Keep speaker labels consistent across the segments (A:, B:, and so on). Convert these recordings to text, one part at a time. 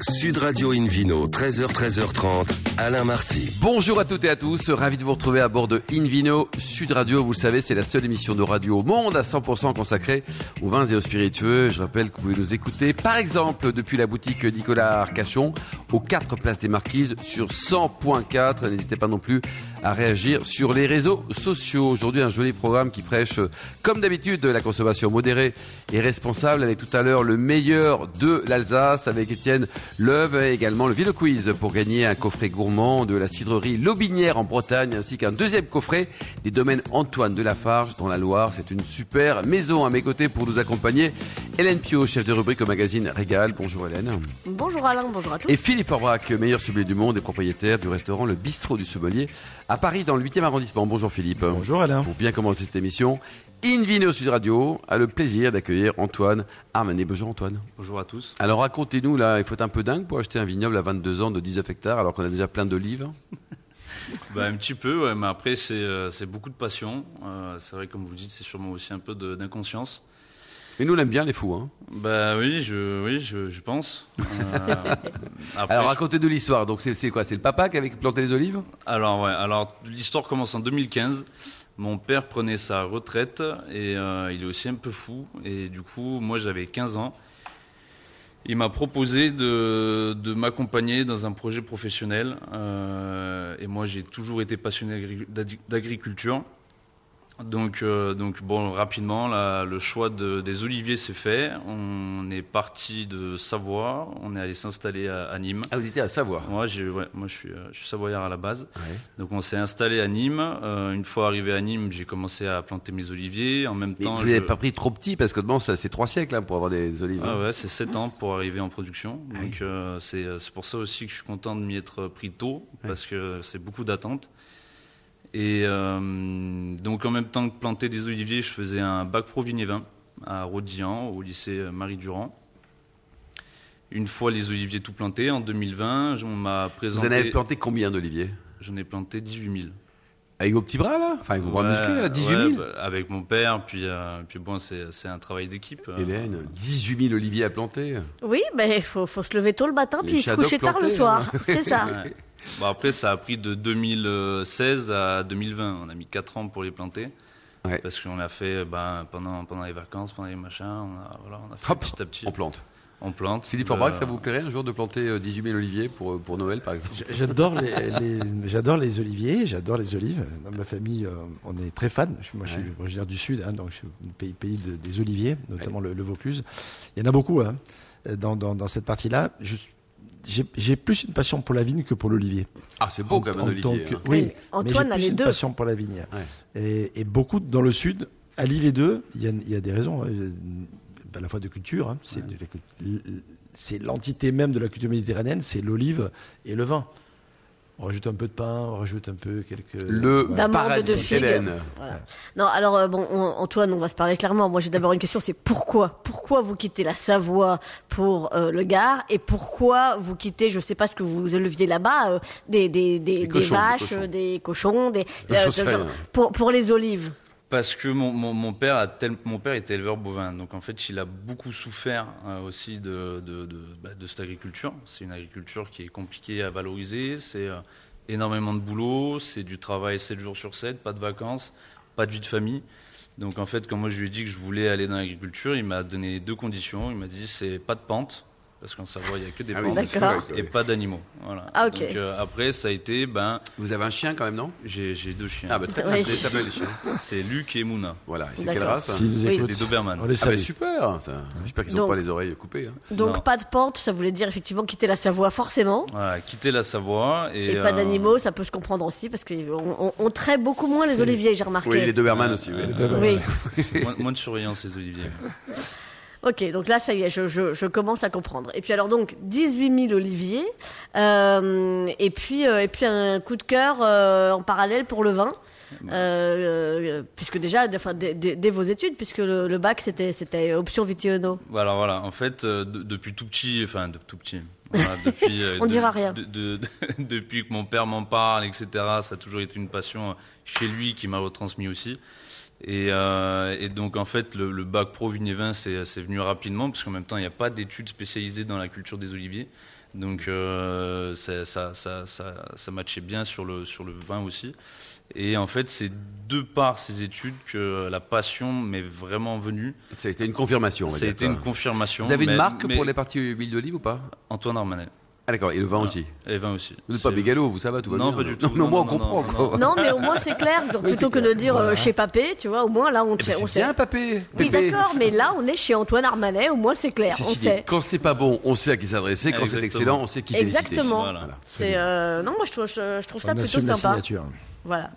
A: Sud Radio Invino, 13h, 13h30, Alain Marty.
B: Bonjour à toutes et à tous, ravi de vous retrouver à bord de Invino Sud Radio. Vous le savez, c'est la seule émission de radio au monde à 100% consacrée aux vins et aux spiritueux. Je rappelle que vous pouvez nous écouter par exemple depuis la boutique Nicolas Arcachon aux 4 places des Marquises sur 100.4. N'hésitez pas non plus à réagir sur les réseaux sociaux. Aujourd'hui, un joli programme qui prêche, euh, comme d'habitude, la consommation modérée et responsable. Avec tout à l'heure le meilleur de l'Alsace avec Étienne Leuve et également le Ville Quiz pour gagner un coffret gourmand de la cidrerie Lobinière en Bretagne ainsi qu'un deuxième coffret des domaines Antoine de Lafarge dans la Loire. C'est une super maison à mes côtés pour nous accompagner. Hélène Pio, chef de rubrique au magazine Régal. Bonjour Hélène.
C: Bonjour Alain, bonjour à tous.
B: Et Philippe Orbrac, meilleur sommelier du monde et propriétaire du restaurant Le Bistrot du Sommelier à Paris dans le 8e arrondissement. Bonjour Philippe.
D: Bonjour Alain.
B: Pour bien commencer cette émission, Invino Sud Radio a le plaisir d'accueillir Antoine Armanet. Bonjour Antoine.
E: Bonjour à tous.
B: Alors racontez-nous, là, il faut être un peu dingue pour acheter un vignoble à 22 ans de 19 hectares alors qu'on a déjà plein d'olives.
E: Bah, un petit peu, ouais, mais après, c'est euh, c'est beaucoup de passion. Euh, c'est vrai, comme vous dites, c'est sûrement aussi un peu de- d'inconscience.
B: Mais nous, on aime bien les fous. Hein.
E: Bah oui, je, oui, je, je pense. Euh, après,
B: Alors
E: je-
B: racontez-nous l'histoire. Donc c'est c'est quoi C'est le papa qui avait planté les olives
E: alors, ouais, alors l'histoire commence en 2015. Mon père prenait sa retraite et euh, il est aussi un peu fou. Et du coup, moi, j'avais 15 ans. Il m'a proposé de, de m'accompagner dans un projet professionnel. euh, et moi, j'ai toujours été passionné d'agri- d'agri- d'agriculture. Donc, euh, donc bon, rapidement, là, le choix de- des oliviers s'est fait. On est parti de Savoie. On est allé s'installer à- à Nîmes.
B: Ah, vous étiez à savoir.
E: Moi, j'ai- ouais, moi je, suis, euh, je suis savoyard à la base. Donc on s'est installé à Nîmes. Euh, une fois arrivé à Nîmes, j'ai commencé à planter mes oliviers. En même
B: Mais
E: temps,
B: vous n'avez
E: je-
B: pas pris trop petit parce que bon, ça c'est trois siècles hein, pour avoir des, des olives.
E: Ah ouais, c'est 7 ans pour arriver en production.
B: Ah
E: Donc euh, c'est euh, c'est pour ça aussi que je suis content de m'y être pris tôt, parce que c'est beaucoup d'attentes. Et euh, donc en même temps que planter des oliviers, je faisais un bac pro vin et vin à Rodillan, au lycée euh, Marie-Durand. Une fois les oliviers tout plantés, en 2020, je- on m'a
B: Vous
E: présenté...
B: en avez planté combien d'oliviers
E: J'en ai planté 18 000.
B: Avec vos petits bras là Enfin avec vos bras
E: Ouais,
B: musclés là, 18 000
E: ouais, bah, Avec mon père, puis, euh, puis bon, c'est c'est un travail d'équipe. euh.
B: Hélène, 18 000 oliviers à planter.
C: Oui, ben il faut, faut se lever tôt le matin
B: Les
C: puis se
B: shadows
C: coucher tard le
B: plantés, hein.
C: soir. C'est ça.
E: Ouais. Bon, après, ça a pris de 2016 à 2020. On a mis 4 ans pour les planter.
B: Ouais.
E: Parce qu'on a fait ben, pendant, pendant les vacances, pendant les machins, on a, voilà, on a fait
B: Hop,
E: petit à petit.
B: on plante.
E: On plante.
B: Philippe
E: Euh,
B: Forbrac, ça vous plairait un jour de planter euh, 18 000 oliviers pour, euh, pour Noël par exemple
D: J- J'adore les, les- j'adore les oliviers, j'adore les olives. Dans ma famille, euh, on est très fan. Je- Moi, je suis
B: Ouais.
D: originaire du sud, hein, donc je suis du pays, pays de- des oliviers, notamment le, le Vaucluse. Il y en a beaucoup hein, dans, dans- dans cette partie-là. Je suis- J'ai j'ai plus une passion pour la vigne que pour l'olivier.
B: Ah, c'est beau
D: En-
B: quand même
D: en
B: un
D: tant
B: olivier.
D: que-
B: hein.
C: Oui,
D: Oui,
C: Antoine
D: mais
C: a
D: j'ai
C: les
D: plus une
C: deux.
D: passion pour la vigne.
B: Ouais.
D: Et, et beaucoup dans le sud, à l'île et deux, il y a, il y a des raisons. hein. À la fois de culture, hein. c'est de la cul- l- l- c'est l'entité même de la culture méditerranéenne, c'est l'olive et le vin. On rajoute un peu de pain, on rajoute un peu quelques.
B: Le
D: Voilà.
C: D'amande
B: paradis,
C: de figue.
B: Hélène.
C: Voilà. Non, alors euh, bon, on- Antoine, on va se parler clairement. Moi, j'ai d'abord une question, c'est pourquoi, pourquoi vous quittez la Savoie pour euh, le Gard et pourquoi vous quittez, je sais pas ce que vous éleviez là-bas, euh, des des des, des
B: cochons, des
C: vaches,
B: cochons.
C: euh, des cochons, des, euh,
B: Des chaussettes.
C: pour pour les olives.
E: Parce que mon, mon, mon père a tel- mon père était éleveur bovin, donc en fait il a beaucoup souffert euh, aussi de, de, de, bah, de cette agriculture. C'est une agriculture qui est compliquée à valoriser, c'est euh, énormément de boulot, c'est du travail 7 jours sur 7, pas de vacances, pas de vie de famille. Donc en fait quand moi je lui ai dit que je voulais aller dans l'agriculture, il m'a donné deux conditions. Il m'a dit c'est pas de pente, parce qu'en Savoie il n'y a que des
B: Ah oui,
E: pentes,
B: c'est
C: D'accord.
B: vrai,
E: et
B: oui.
E: pas d'animaux. Voilà.
C: Ah, ok.
E: Donc euh, après ça a été, ben
B: Vous avez un chien quand même, non
E: j'ai j'ai deux chiens.
B: Ah, bah très bien,
C: Oui.
B: ça s'appelle les chiens.
E: C'est Luc et Mouna.
B: Voilà, et c'est
C: D'accord.
B: quelle race hein
D: Si nous
C: Oui.
E: C'est
D: écoute,
E: des Doberman.
D: on les
B: Ah, bah
D: salue.
B: super ça. J'espère qu'ils n'ont
C: Donc-
B: pas les oreilles coupées. hein.
C: Donc
E: Non.
C: pas de pente, ça voulait dire effectivement quitter la Savoie forcément.
E: Voilà, quitter la Savoie et,
C: Et, pas
E: euh,
C: d'animaux, ça peut se comprendre aussi, parce qu'on on, on traite beaucoup moins les
D: C'est-
C: oliviers, j'ai remarqué.
B: Oui, les Doberman aussi. oui.
D: Doberman.
C: Oui.
E: moins, moins de surveillance les oliviers.
C: Ok, donc là, ça y est, je, je, je commence à comprendre. Et puis alors donc, 18 000 oliviers, euh, et, puis, euh, et puis un coup de cœur euh, en parallèle pour le vin, euh, euh, puisque déjà, d- enfin, dès, dès- dès vos études, puisque le, le bac, c'était c'était option vitiono.
E: Voilà, Bah, voilà. En fait, euh, de- depuis tout petit, enfin de tout petit. voilà, depuis, euh,
C: On
E: de-
C: dira rien.
E: de- de- depuis euh, que mon père m'en parle, etc. Ça a toujours été une passion chez lui qui m'a retransmis aussi. Et, euh, et donc en fait, le, le bac pro Vignévin, c'est c'est venu rapidement, parce qu'en même temps, il n'y a pas d'études spécialisées dans la culture des oliviers. Donc euh, ça, ça, ça, ça, ça matchait bien sur le, sur le vin aussi. Et en fait, c'est de par ces études que la passion m'est vraiment venue.
B: Ça a été une confirmation. on va
E: Ça a
B: dire,
E: été
B: quoi.
E: une confirmation.
B: Vous avez une
E: mais-
B: marque
E: mais
B: pour les parties huile d'olive ou pas
E: Antoine Armanet.
B: Ah d'accord, et le vin aussi.
E: Et vin aussi.
B: Vous n'êtes pas
E: C'est-
B: bégalo, vous ça va, tout va
E: Non,
B: bien.
E: pas du tout.
B: mais au
E: Non,
B: moins, on
E: non, non,
B: comprend.
E: non,
B: quoi.
C: Non, mais au moins c'est clair. Genre, plutôt que de dire euh, chez Papé, tu vois, au moins là on,
B: Eh ben,
C: sait- on
B: C'est
C: sait.
B: bien, papé.
C: Oui,
B: Pépé.
C: d'accord, mais là on est chez Antoine Armanet, au moins c'est clair, on
B: Ceci dit,
C: sait.
B: quand c'est pas bon, on sait à qui s'adresser. Quand c'est
E: Exactement.
B: excellent, on sait qui féliciter.
C: Exactement.
E: Voilà.
C: C'est euh, non, moi je trouve, je, je trouve ça
D: On
C: plutôt
D: assume la
C: sympa.
D: signature.
C: Voilà.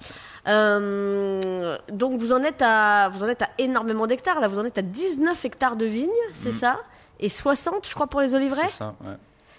C: Euh, donc vous en êtes à vous en êtes à énormément d'hectares là, vous en êtes à 19 hectares de vignes, c'est ça et 60, je crois, pour les oliveraies.
E: Mm. C'est ça, ouais.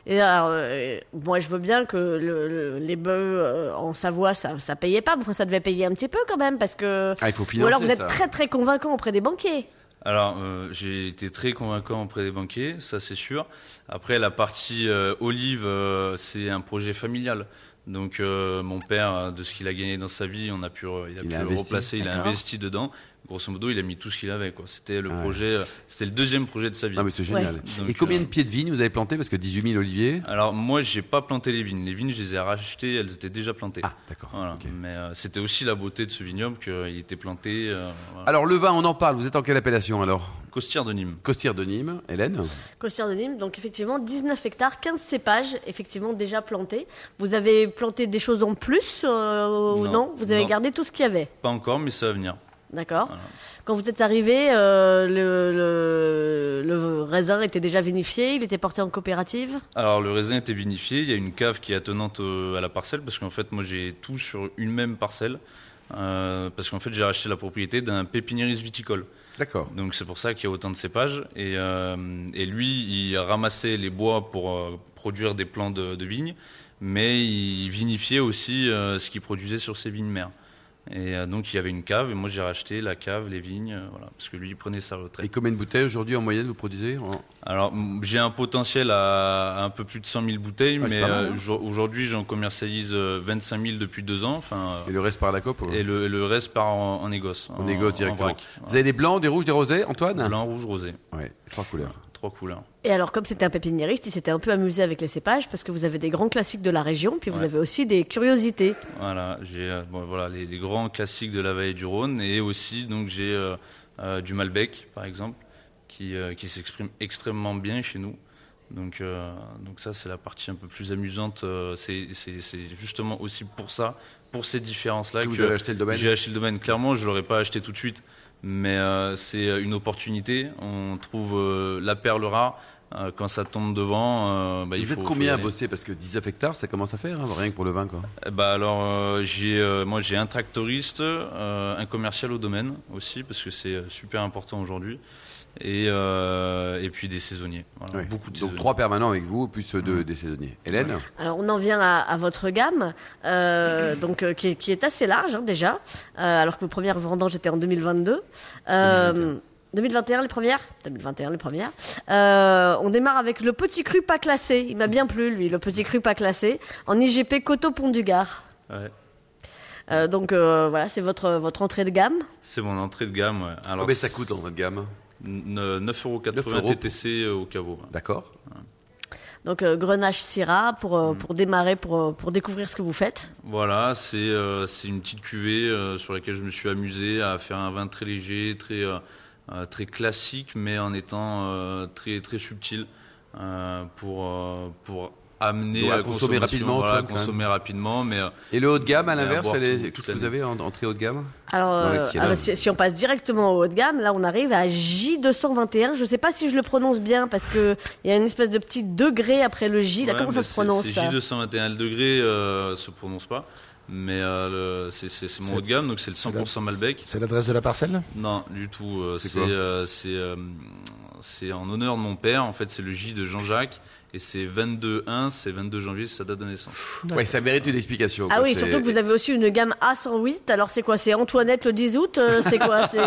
C: Et alors, euh, moi, je veux bien que le- le- les bœufs euh, en Savoie, ça, ça payait pas. mais Enfin, ça devait payer un petit peu quand même, parce que.
B: Ah, il faut financer
C: Ou alors, vous êtes
B: ça.
C: très très convaincant auprès des banquiers.
E: Alors, euh, j'ai été très convaincant auprès des banquiers, ça c'est sûr. Après, la partie euh, olive, euh, c'est un projet familial. Donc, euh, mon père, euh, de ce qu'il a gagné dans sa vie, on a pu, euh, il a
B: Il
E: pu
B: a
E: le
B: investi,
E: replacer, il a
C: d'accord.
E: investi dedans. Grosso modo, il a mis tout ce qu'il avait. quoi. C'était le
B: Ah ouais.
E: projet, euh, c'était le deuxième projet de sa vie.
B: Non, mais c'est génial.
E: Donc,
B: et combien
E: euh,
B: de pieds de vigne vous avez planté Parce que 18 000 oliviers.
E: Alors, moi, j'ai pas planté les vignes. Les vignes, je les ai rachetées, elles étaient déjà plantées.
B: Ah, d'accord.
E: Voilà.
B: ok.
E: Mais euh, c'était aussi la beauté de ce vignoble qu'il était planté. euh, voilà.
B: Alors, le vin, on en parle. Vous êtes en quelle appellation alors
E: Costière de Nîmes.
B: Costière de Nîmes, Hélène
C: Costière de Nîmes, donc effectivement 19 hectares, 15 cépages, effectivement déjà plantés. Vous avez planté des choses en plus euh, ou non,
E: Non,
C: Vous avez
E: non.
C: gardé tout ce qu'il y avait,
E: Pas encore, mais ça va venir.
C: d'accord
E: Voilà.
C: Quand vous êtes arrivé, euh, le, le- le raisin était déjà vinifié, il était porté en coopérative.
E: Alors le raisin était vinifié, il y a une cave qui est attenante euh, à la parcelle parce qu'en fait moi j'ai tout sur une même parcelle euh, parce qu'en fait j'ai racheté la propriété d'un pépiniériste viticole.
B: D'accord.
E: Donc c'est pour ça qu'il y a autant de cépages et, euh, et lui il ramassait les bois pour euh, produire des plants de, de vignes mais il vinifiait aussi euh, ce qu'il produisait sur ses vignes mères. Et euh, donc il y avait une cave et moi j'ai racheté la cave, les vignes, euh, voilà, parce que lui il prenait sa retraite.
B: Et combien de bouteilles aujourd'hui en moyenne vous produisez en-
E: Alors, m- j'ai un potentiel à, à un peu plus de 100 000 bouteilles,
B: Ouais, c'est
E: mais
B: pas mal,
E: euh,
B: hein.
E: jo- aujourd'hui, j'en commercialise euh, 25 000 depuis deux ans. Enfin,
B: Et
E: euh,
B: le reste par la cope
E: et, le, et le reste part en, en négoce.
B: On négocie directement.
E: vrac.
B: Vous avez des blancs, des rouges, des rosés, Antoine
E: Blanc, rouge, rosé.
B: Ouais, trois couleurs.
E: Trois couleurs.
C: Et alors, comme c'était un pépiniériste, il s'était un peu amusé avec les cépages parce que vous avez des grands classiques de la région, puis vous
E: Ouais.
C: avez aussi des curiosités.
E: Voilà, j'ai euh, bon, voilà, les, les grands classiques de la vallée du Rhône. Et aussi, donc, j'ai euh, euh, du Malbec, par exemple, qui, euh, qui s'exprime extrêmement bien chez nous. Donc, euh, donc ça, c'est la partie un peu plus amusante. euh, c'est c'est- c'est justement aussi pour ça, pour ces différences-là,
B: Que vous
E: que-
B: avez acheté le domaine
E: J'ai acheté le domaine. Clairement, je l'aurais pas acheté tout de suite, mais euh, c'est euh, une opportunité. On trouve euh, la perle rare euh, quand ça tombe devant. euh, bah, il
B: Vous
E: faut-
B: êtes
E: faut y
B: combien à
E: aller.
B: bosser Parce que 19 hectares, ça commence à faire, hein, rien que pour le vin, quoi.
E: Eh Bah alors, euh, j'ai euh, moi j'ai un tractoriste, euh, un commercial au domaine aussi parce que c'est euh, super important aujourd'hui, et euh, et puis des saisonniers. Voilà,
B: Ouais.
E: Hein, Beaucoup de
B: Donc
E: saisonniers.
B: trois permanents avec vous, plus euh, deux des saisonniers. Hélène
C: Alors, on en vient à, à votre gamme, euh, donc euh, qui, est- qui est assez large hein, déjà, euh, alors que vos premières vendanges étaient en 2022. Euh, 2021. les premières 2021 les premières. Euh, on démarre avec le petit cru pas classé. Il m'a bien plu, lui, le petit cru pas classé, en IGP Coteau-Pont du Gard.
E: Ouais.
C: Euh, donc euh, voilà, c'est votre, votre entrée de gamme.
E: C'est mon entrée de gamme. ouais. Alors
B: Combien ça coûte dans votre gamme
E: n- 9,80
B: euros.
E: TTC euh, au caveau.
B: D'accord.
C: Donc euh, Grenache Syrah pour, euh, pour démarrer, pour, euh, pour découvrir ce que vous faites.
E: Voilà, c'est euh, c'est une petite cuvée euh, sur laquelle je me suis amusé à faire un vin très léger, très, euh, euh, très classique, mais en étant euh, très, très subtil euh, pour, euh, pour amener
B: Donc, à
E: la
B: consommer
E: consommation,
B: rapidement,
E: voilà, à
B: toi, quand
E: consommer rapidement, mais euh,
B: Et le haut de gamme, à
E: Et à
B: l'inverse,
E: boire
B: elle est-
E: toute- toute
B: qu'est-ce que vous
E: l'année.
B: avez en entrée haut de gamme
C: Alors,
B: Dans les
C: euh,
B: petits
C: ah bah,
B: labs.
C: si, si on passe directement au haut de gamme, là on arrive à J221. Je sais pas si je le prononce bien parce que il y a une espèce de petit degré après le J. Là,
E: ouais,
C: comment ça
E: mais
C: se
E: c'est-
C: prononce
E: C'est
C: ça
E: J221 le degré, euh, se prononce pas, mais euh, le- c'est- c'est c'est
D: C'est-
E: mon haut de gamme, donc c'est le 100% Malbec.
D: C'est l'adresse de la parcelle
E: Non, du tout. euh,
B: C'est
E: C'est
B: quoi
E: euh, c'est euh, c'est en honneur de mon père. En fait, c'est le J de Jean-Jacques Et c'est 22-1, c'est 22 janvier, c'est sa date de naissance.
B: Ouais, ça mérite une explication.
C: Ah
B: quoi,
C: oui,
B: c'est-
C: surtout que vous avez aussi une gamme A108. Alors c'est quoi C'est Antoinette le 10 août euh, C'est quoi C'est-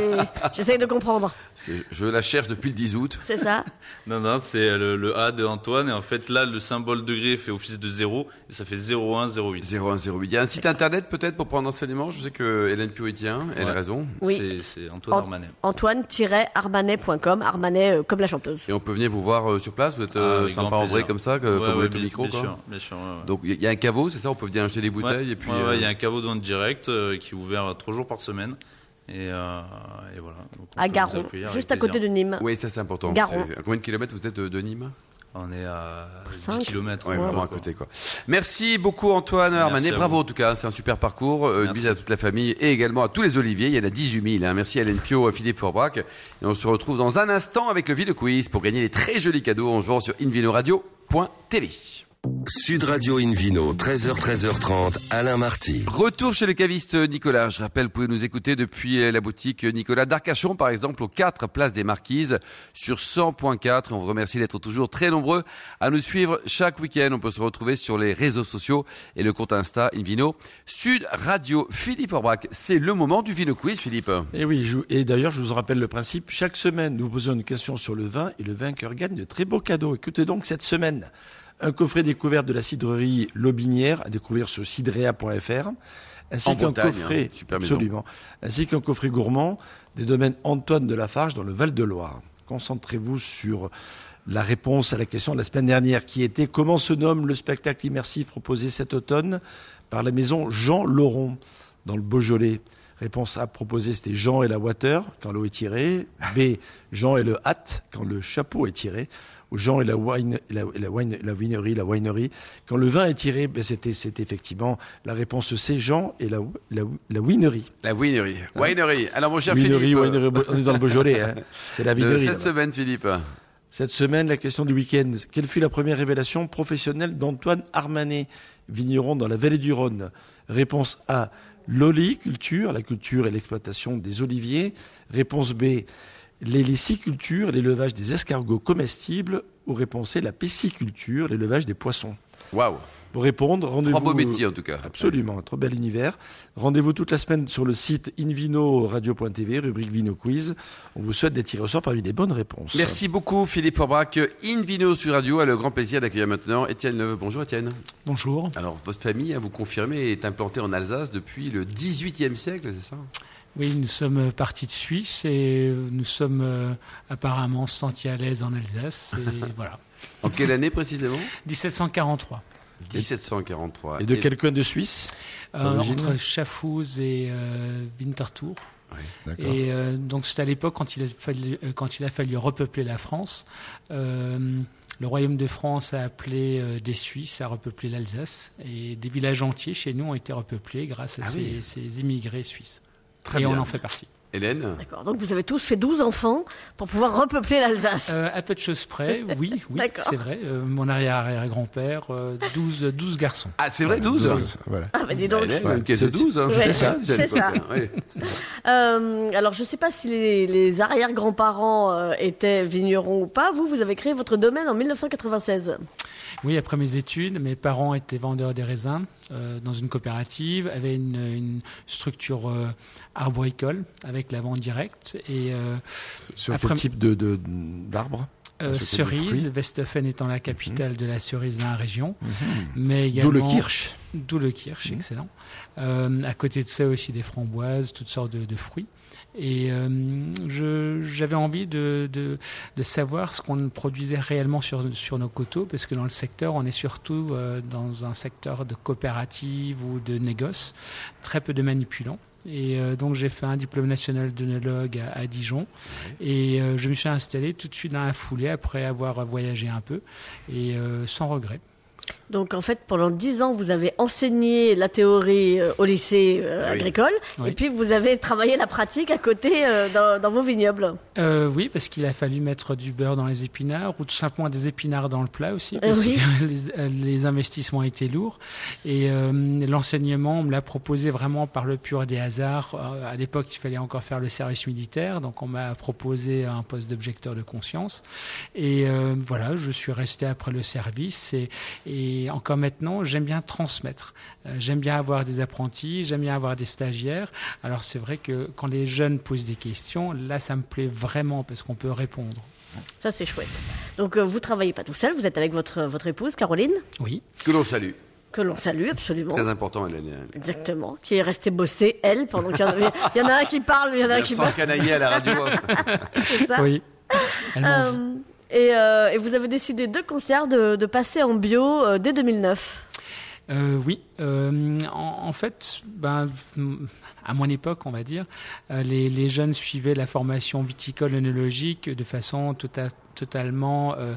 C: J'essaye de comprendre.
B: c'est- Je la cherche depuis le 10 août.
C: C'est ça
E: Non, non, c'est euh, le, le A de Antoine. Et en fait, là, le symbole degré fait office de 0. Et ça fait 0108.
B: 0108. Il y a un site internet peut-être pour prendre enseignement. Je sais que Hélène Puritian, elle a
E: Ouais.
B: raison.
C: Oui.
E: C'est- C'est Antoine
C: Ant-
E: Armanet.
C: Antoine-armanet.com, Armanet euh, comme la chanteuse.
B: Et on peut venir vous voir euh, sur place. Vous êtes euh,
E: Ah, avec
B: sympa en
E: grand
B: vrai
E: plaisir.
B: comme ça, que,
E: Ouais,
B: comme vous
E: ouais,
B: êtes au
E: bien-
B: micro.
E: Bien
B: quoi.
E: sûr, bien sûr. ouais, ouais.
B: Donc il y- y a un caveau, c'est ça On peut venir acheter des bouteilles
E: Ouais,
B: et puis.
E: ouais, ouais,
B: euh,
E: il y a un caveau de vente directe euh, qui est ouvert euh, trois jours par semaine. Et, euh, et voilà. Donc, on
C: à
E: peut
C: Garon,
E: vous accueillir
C: juste à
E: avec
C: côté de
E: plaisir.
C: Nîmes.
B: Oui, ça c'est important.
C: Garon.
B: C'est- À combien de kilomètres vous êtes euh, de Nîmes
E: On est à 10
C: Cinq.
E: km.
B: Ouais, vraiment à côté quoi. Merci beaucoup Antoine Armanet.
E: hein, à
B: Bravo
E: vous.
B: en tout cas, hein, c'est un super parcours. Euh, une
E: Merci.
B: bise à toute la famille et également à tous les oliviers. Il y en a 18 000. hein. Merci à Hélène Pio, à Philippe Forbrac. Et on se retrouve dans un instant avec le Ville Quiz pour gagner les très jolis cadeaux en jouant sur invinoradio.tv.
A: Sud Radio Invino, 13h, 13h30, Alain Marty.
B: Retour chez le caviste Nicolas. Je rappelle, vous pouvez nous écouter depuis euh, la boutique Nicolas d'Arcachon, par exemple, au 4 Place des Marquises, sur 100.4. On vous remercie d'être toujours très nombreux à nous suivre chaque week-end. On peut se retrouver sur les réseaux sociaux et le compte Insta Invino Sud Radio. Philippe Orbach, c'est le moment du Vino Quiz, Philippe.
D: Et Eh oui, je- et d'ailleurs, je vous en rappelle le principe. Chaque semaine, nous vous posons une question sur le vin et le vainqueur gagne de très beaux cadeaux. Écoutez donc cette semaine. Un coffret découverte de la cidrerie Lobinière à découvrir sur cidrea.fr.
B: En
D: Ainsi qu'un
B: Bretagne,
D: coffret,
B: hein, super maison.
D: absolument, ainsi qu'un coffret gourmand des domaines Antoine de Lafarge dans le Val-de-Loire. Concentrez-vous sur la réponse à la question de la semaine dernière qui était comment se nomme le spectacle immersif proposé cet automne par la maison Jean Laurent dans le Beaujolais Réponse A proposée, c'était Jean et la water quand l'eau est tirée. B, Jean et le hat quand le chapeau est tiré. Ou Jean et la wine, et la, et la wine, la winery, la winery quand le vin est tiré. Ben, c'était, c'était effectivement la réponse C, Jean et la, la, la winery.
B: La winery. Hein Winery. Alors, mon cher
D: Winery,
B: Philippe.
D: winery, on est dans le Beaujolais, hein. c'est la
B: euh,
D: winery.
B: cette
D: là-bas.
B: semaine, Philippe.
D: Cette semaine, la question du week-end. Quelle fut la première révélation professionnelle d'Antoine Armanet, vigneron dans la vallée du Rhône Réponse A. L'oléiculture, la culture et l'exploitation des oliviers. Réponse B. Les lessicultures, l'élevage des escargots comestibles. Ou réponse C. La pisciculture, l'élevage des poissons.
B: Waouh.
D: Pour répondre,
B: Trois
D: rendez-vous.
B: beaux métiers, en tout cas.
D: Absolument, un trop bel univers. Rendez-vous toute la semaine sur le site invino-radio.tv, rubrique Vino Quiz. On vous souhaite des tirs au sort parmi des bonnes réponses.
B: Merci beaucoup, Philippe Forbrac. Invino sur Radio a le grand plaisir d'accueillir maintenant Étienne Neveu. Bonjour, Étienne.
F: Bonjour.
B: Alors, votre famille, hein, vous confirmez, est implantée en Alsace depuis le XVIIIe siècle, c'est ça
F: Oui, nous sommes partis de Suisse et nous sommes euh, apparemment sentis à l'aise en Alsace. Et voilà.
B: En quelle année précisément
F: 1743.
B: 1743.
D: Et de quel coin de Suisse
F: euh,
D: Origine
F: entre Schaffhouse et euh, Winterthur.
D: D'accord.
F: Et euh, donc c'était à l'époque quand il a fallu, euh, quand il a fallu repeupler la France. Euh, le royaume de France a appelé euh, des Suisses à repeupler l'Alsace et des villages entiers chez nous ont été repeuplés grâce à
B: Ah
F: ces,
B: oui.
F: ces immigrés suisses.
B: Très
F: et
B: bien.
F: on en fait partie.
B: Hélène
C: D'accord. Donc vous avez tous fait 12 enfants pour pouvoir repeupler l'Alsace.
F: Euh, à peu de choses près, oui, oui,
C: D'accord.
F: c'est vrai. Euh, mon arrière-arrière-grand-père, euh, 12, 12 garçons.
B: Ah, c'est vrai, 12
G: Voilà.
C: Ah, bah, dis donc.
B: Hélène, une caisse
D: C'est-
B: de 12, hein,
C: Ouais,
B: c'était ça
C: c'est ça.
B: ouais.
C: Euh, alors je sais pas si les, les arrière-grands-parents euh, étaient vignerons ou pas. Vous, vous avez créé votre domaine en 1996.
F: Oui, après mes études, mes parents étaient vendeurs des raisins euh, dans une coopérative, avaient une, une structure euh, arboricole avec la vente directe et euh,
D: Sur
F: Après-
D: quel type de, de- d'arbre
F: euh,
D: Parce que c'est Ah, des
F: cerise,
D: fruits. Mhm.
F: Westhofen étant la capitale de la cerise dans la région, mais également
D: D'où le kirsch. Mhm.
F: D'où le kirsch, excellent. Euh, à côté de ça aussi des framboises, toutes sortes de, de fruits. Et euh, je- j'avais envie de, de, de savoir ce qu'on produisait réellement sur, sur nos coteaux, parce que dans le secteur, on est surtout euh, dans un secteur de coopérative ou de négoce, très peu de manipulants. Et euh, donc j'ai fait un diplôme national d'œnologue à, à Dijon et euh, je me suis installé tout de suite dans la foulée après avoir voyagé un peu et euh, sans regret.
C: Donc en fait, pendant 10 ans, vous avez enseigné la théorie euh, au lycée euh,
B: Ah oui.
C: agricole,
F: Oui.
C: et puis vous avez travaillé la pratique à côté euh, dans, dans vos vignobles.
F: Euh, oui, parce qu'il a fallu mettre du beurre dans les épinards, ou tout simplement des épinards dans le plat aussi,
C: Eh
F: parce
C: oui.
F: que les, euh, les investissements étaient lourds. Et euh, l'enseignement, on me l'a proposé vraiment par le pur des hasards. Euh, à l'époque, il fallait encore faire le service militaire, donc on m'a proposé un poste d'objecteur de conscience. Et euh, voilà, je suis resté après le service. Et, et encore maintenant, j'aime bien transmettre. Euh, j'aime bien avoir des apprentis, j'aime bien avoir des stagiaires. Alors c'est vrai que quand les jeunes posent des questions, là ça me plaît vraiment parce qu'on peut répondre.
C: Ça, c'est chouette. Donc euh, vous travaillez pas tout seul, vous êtes avec votre, votre épouse, Caroline,
F: Oui,
B: Que l'on salue.
C: que l'on salue absolument.
B: Très important, Hélène.
C: Exactement, qui est restée bosser, elle, pendant qu'il y en avait. Il y en a un qui parle, il y en a un qui
B: Sans
C: bosse.
B: canailler à la radio.
C: c'est ça
F: oui. Elle m'envie.
C: Euh, et, euh, et vous avez décidé deux concerts de, de passer en bio euh, dès 2009.
F: Euh, oui, euh, en, en fait, ben, mm, à mon époque, on va dire, euh, les, les jeunes suivaient la formation viticole œnologique de façon tota- totalement euh,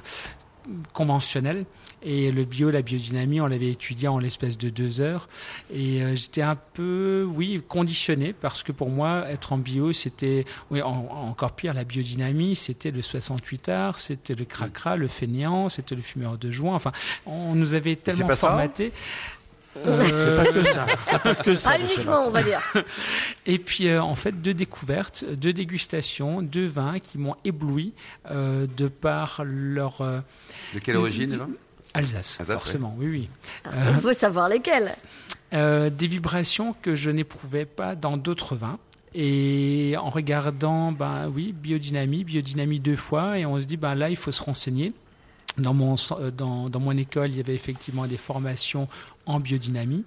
F: conventionnelle. Et le bio, la biodynamie, on l'avait étudié en l'espace de deux heures. Et euh, j'étais un peu, oui, conditionné, parce que pour moi, être en bio, c'était, oui, en- encore pire, la biodynamie, c'était le 68 art, c'était le cracra, le fainéant, c'était le fumeur de joint. Enfin, on nous avait tellement
B: pas ça
F: formaté.
D: C'est
F: Euh,
D: pas que ça. C'est pas que ça.
C: Pas
D: monsieur
C: uniquement, on va dire.
F: Et puis, euh, en fait, deux découvertes, deux dégustations, deux vins qui m'ont ébloui euh, de par leur euh,
B: De quelle origine là
F: Alsace,
B: Alsace,
F: forcément, oui, oui.
C: Il faut savoir lesquels.
F: Euh, des vibrations que je n'éprouvais pas dans d'autres vins. Et en regardant, ben oui, biodynamie, biodynamie deux fois, et on se dit, ben là, il faut se renseigner. Dans mon, s- euh, dans, dans mon école, il y avait effectivement des formations en biodynamie.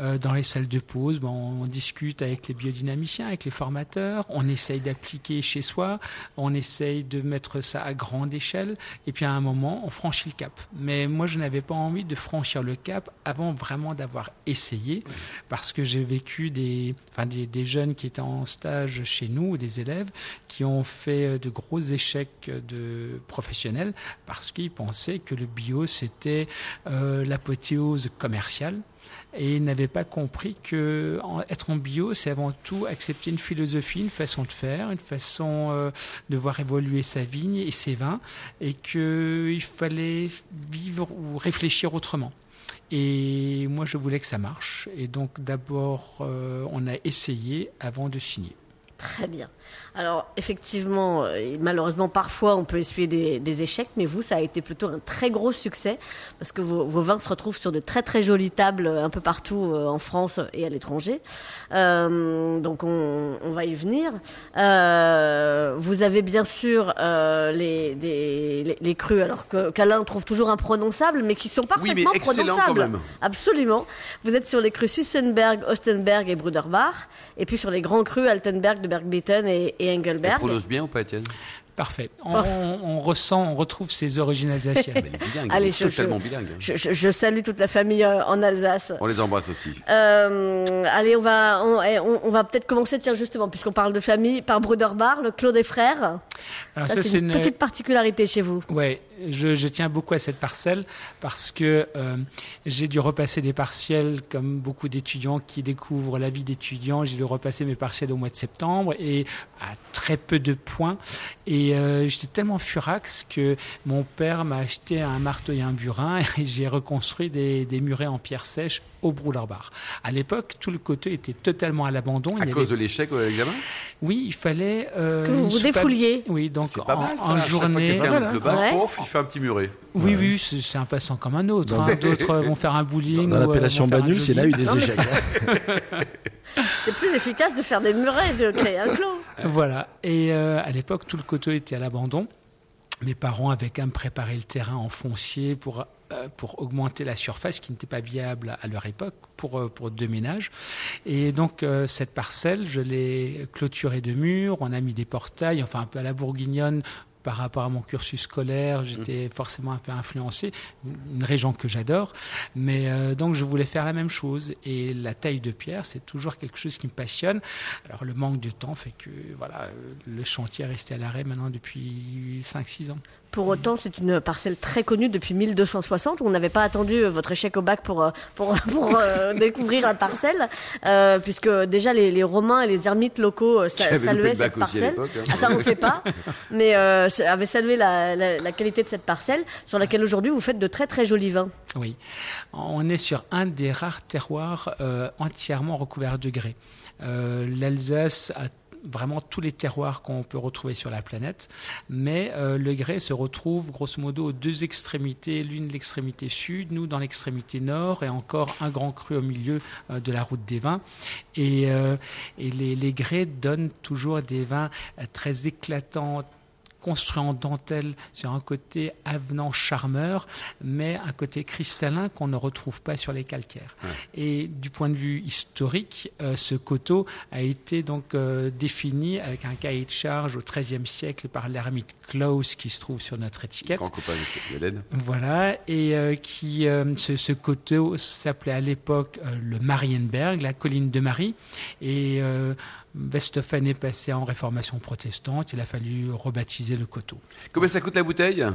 F: Euh, dans les salles de pause, ben, on, discute avec les biodynamiciens, avec les formateurs, on essaye d'appliquer chez soi, on essaye de mettre ça à grande échelle, et puis à un moment, on franchit le cap. Mais moi, je n'avais pas envie de franchir le cap avant vraiment d'avoir essayé, parce que j'ai vécu des, enfin, des, des jeunes qui étaient en stage chez nous, des élèves, qui ont fait euh, de gros échecs euh, de professionnels, parce qu'ils pensaient que le bio, c'était euh, l'apothéose commerciale et n'avaient pas compris que en- être en bio, c'est avant tout accepter une philosophie, une façon de faire, une façon euh, de voir évoluer sa vigne et ses vins, et qu'il fallait vivre ou réfléchir autrement. Et moi, je voulais que ça marche. Et donc, d'abord, euh, on a essayé avant de signer.
C: Très bien. Alors, effectivement, euh, et malheureusement, parfois, on peut essuyer des, des échecs, mais vous, ça a été plutôt un très gros succès, parce que vos, vos vins se retrouvent sur de très, très jolies tables euh, un peu partout euh, en France et à l'étranger. Euh, donc, on, on va y venir. Euh, vous avez bien sûr euh, les, des- les, les crus, alors que- qu'Alain trouve toujours imprononçables, mais qui sont
B: Oui, mais
C: parfaitement
B: excellent quand
C: prononçables.
B: même.
C: Absolument. Vous êtes sur les crus Sussenberg, Ostenberg et Bruderbach, et puis sur les grands crus Altenberg, de Bergbitten et, et
B: Tu
C: Engelberg.
B: prononces bien ou pas, Étienne
F: Parfait. On,
C: Oh.
F: on- on ressent, on retrouve ces origines alsaciennes.
B: Elle est bilingue,
C: Allez,
B: elle est
C: je-
B: totalement bilingue. hein.
C: Je, je- je salue toute la famille euh, en Alsace.
B: On les embrasse aussi.
C: Euh, allez, on va, on, eh, on- on va peut-être commencer, tiens, justement, puisqu'on parle de famille, par Bruderbach, le clos des frères. Ah,
F: Alors,
C: Ça, c'est une petite particularité chez vous.
F: Ouais, je, je tiens beaucoup à cette parcelle parce que euh, j'ai dû repasser des partiels comme beaucoup d'étudiants qui découvrent la vie d'étudiant. J'ai dû repasser mes partiels au mois de septembre et à très peu de points. Et euh, j'étais tellement furax que mon père m'a acheté un marteau et un burin et j'ai reconstruit des, des murets en pierre sèche au Broullard-Bar. À l'époque, tout le côté était totalement à l'abandon. Il
B: À
F: y avait-
B: cause de l'échec ou de l'examen
F: Oui, il fallait... euh,
C: Que vous
F: une
C: vous
F: soupape-
C: défouliez.
F: Oui, donc
B: C'est
F: en,
B: pas mal. ça.
F: en
B: À chaque fois que
F: journée...
B: quelqu'un loupe le bac,
C: Ouais.
B: pof, il fait un petit muret.
F: Oui, oui, c'est c'est un passant comme un autre. hein. D'autres euh, vont faire un bowling.
D: Dans
F: ou, euh,
D: l'appellation
F: vont faire un
D: Bagnul, c'est là eu
F: jogging.
D: des
C: Non, mais
D: échecs.
C: C'est plus efficace de faire des murets, de créer un clos.
F: Voilà. Et euh, à l'époque, tout le coteau était à l'abandon. Mes parents avaient quand même préparé le terrain en foncier pour, euh, pour augmenter la surface qui n'était pas viable à- à leur époque pour, euh, pour deux ménages. Et donc, euh, cette parcelle, je l'ai clôturée de murs, on a mis des portails, enfin un peu à la bourguignonne. Par rapport à mon cursus scolaire, j'étais forcément un peu influencé, une région que j'adore. Mais euh, donc, je voulais faire la même chose. Et la taille de pierre, c'est toujours quelque chose qui me passionne. Alors, le manque de temps fait que voilà, euh, le chantier est resté à l'arrêt maintenant depuis 5-6 ans.
C: Pour autant, c'est une parcelle très connue depuis 1260 où on n'avait pas attendu euh, votre échec au bac pour, euh, pour, pour euh, découvrir la parcelle, euh, puisque déjà les, les Romains et les ermites locaux euh, sa-
B: J'avais loupé
C: saluaient
B: le bac aussi
C: cette
B: à
C: parcelle.
B: l'époque, hein.
C: Ah, ça, on ne sait pas, mais euh, ça avait salué la, la- la qualité de cette parcelle sur laquelle aujourd'hui vous faites de très très jolis vins.
F: Oui, on est sur un des rares terroirs euh, entièrement recouverts de grès. Euh, L'Alsace a vraiment tous les terroirs qu'on peut retrouver sur la planète, mais euh, le grès se retrouve grosso modo aux deux extrémités, l'une l'extrémité sud, nous dans l'extrémité nord, et encore un grand cru au milieu euh, de la route des vins. Et, euh, et les, les grès donnent toujours des vins euh, très éclatants, construits en dentelle, sur un côté avenant charmeur, mais un côté cristallin qu'on ne retrouve pas sur les calcaires. Et du point de vue historique, euh, ce coteau a été donc euh, défini avec un cahier de charge au XIIIe siècle par l'ermite Klaus qui se trouve sur notre étiquette.
B: Grand copain de Hélène.
F: Voilà, et euh, qui euh, ce, ce coteau s'appelait à l'époque euh, le Marienberg, la colline de Marie. Et euh, Westhoffen est passé en réformation protestante. Il a fallu rebaptiser le coteau.
B: Combien ça coûte la bouteille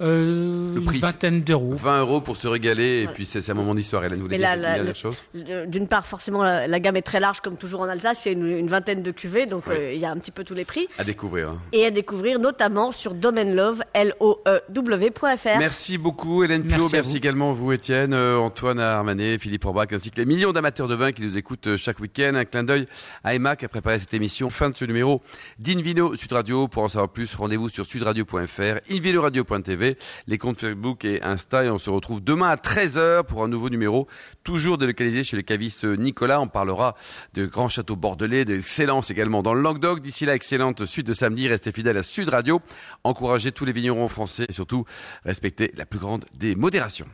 F: Euh,
B: Le prix.
F: Une vingtaine d'euros.
B: 20 euros pour se régaler, et puis c'est c'est un moment d'histoire. Hélène, vous voulez
C: Mais
B: dire
C: là,
B: une
C: là,
B: dernière
C: le-
B: chose
C: D'une part, forcément, la, la gamme est très large, comme toujours en Alsace. Il y a une, une vingtaine de cuvées, donc
B: Oui.
C: euh, il y a un petit peu tous les prix.
B: À découvrir. hein.
C: Et à découvrir notamment sur domainlove, E L-O-E-W.fr.
B: Merci beaucoup Hélène Pio,
F: Merci
B: merci,
F: à vous.
B: également vous Étienne, euh, Antoine Armanet, Philippe Orbach, ainsi que les millions d'amateurs de vin qui nous écoutent euh, chaque week-end. Un clin d'œil à Emma qui a préparé cette émission. Fin de ce numéro d'Invino Sud Radio. Pour en savoir plus, rendez-vous sur sudradio.fr, invinoradio.tv, les comptes Facebook et Insta. Et on se retrouve demain à 13h pour un nouveau numéro, toujours délocalisé chez le caviste Nicolas. On parlera de grands châteaux bordelais, d'excellence également dans le Languedoc. D'ici là, excellente suite de samedi. Restez fidèles à Sud Radio. Encouragez tous les vignerons français et surtout respectez la plus grande des modérations.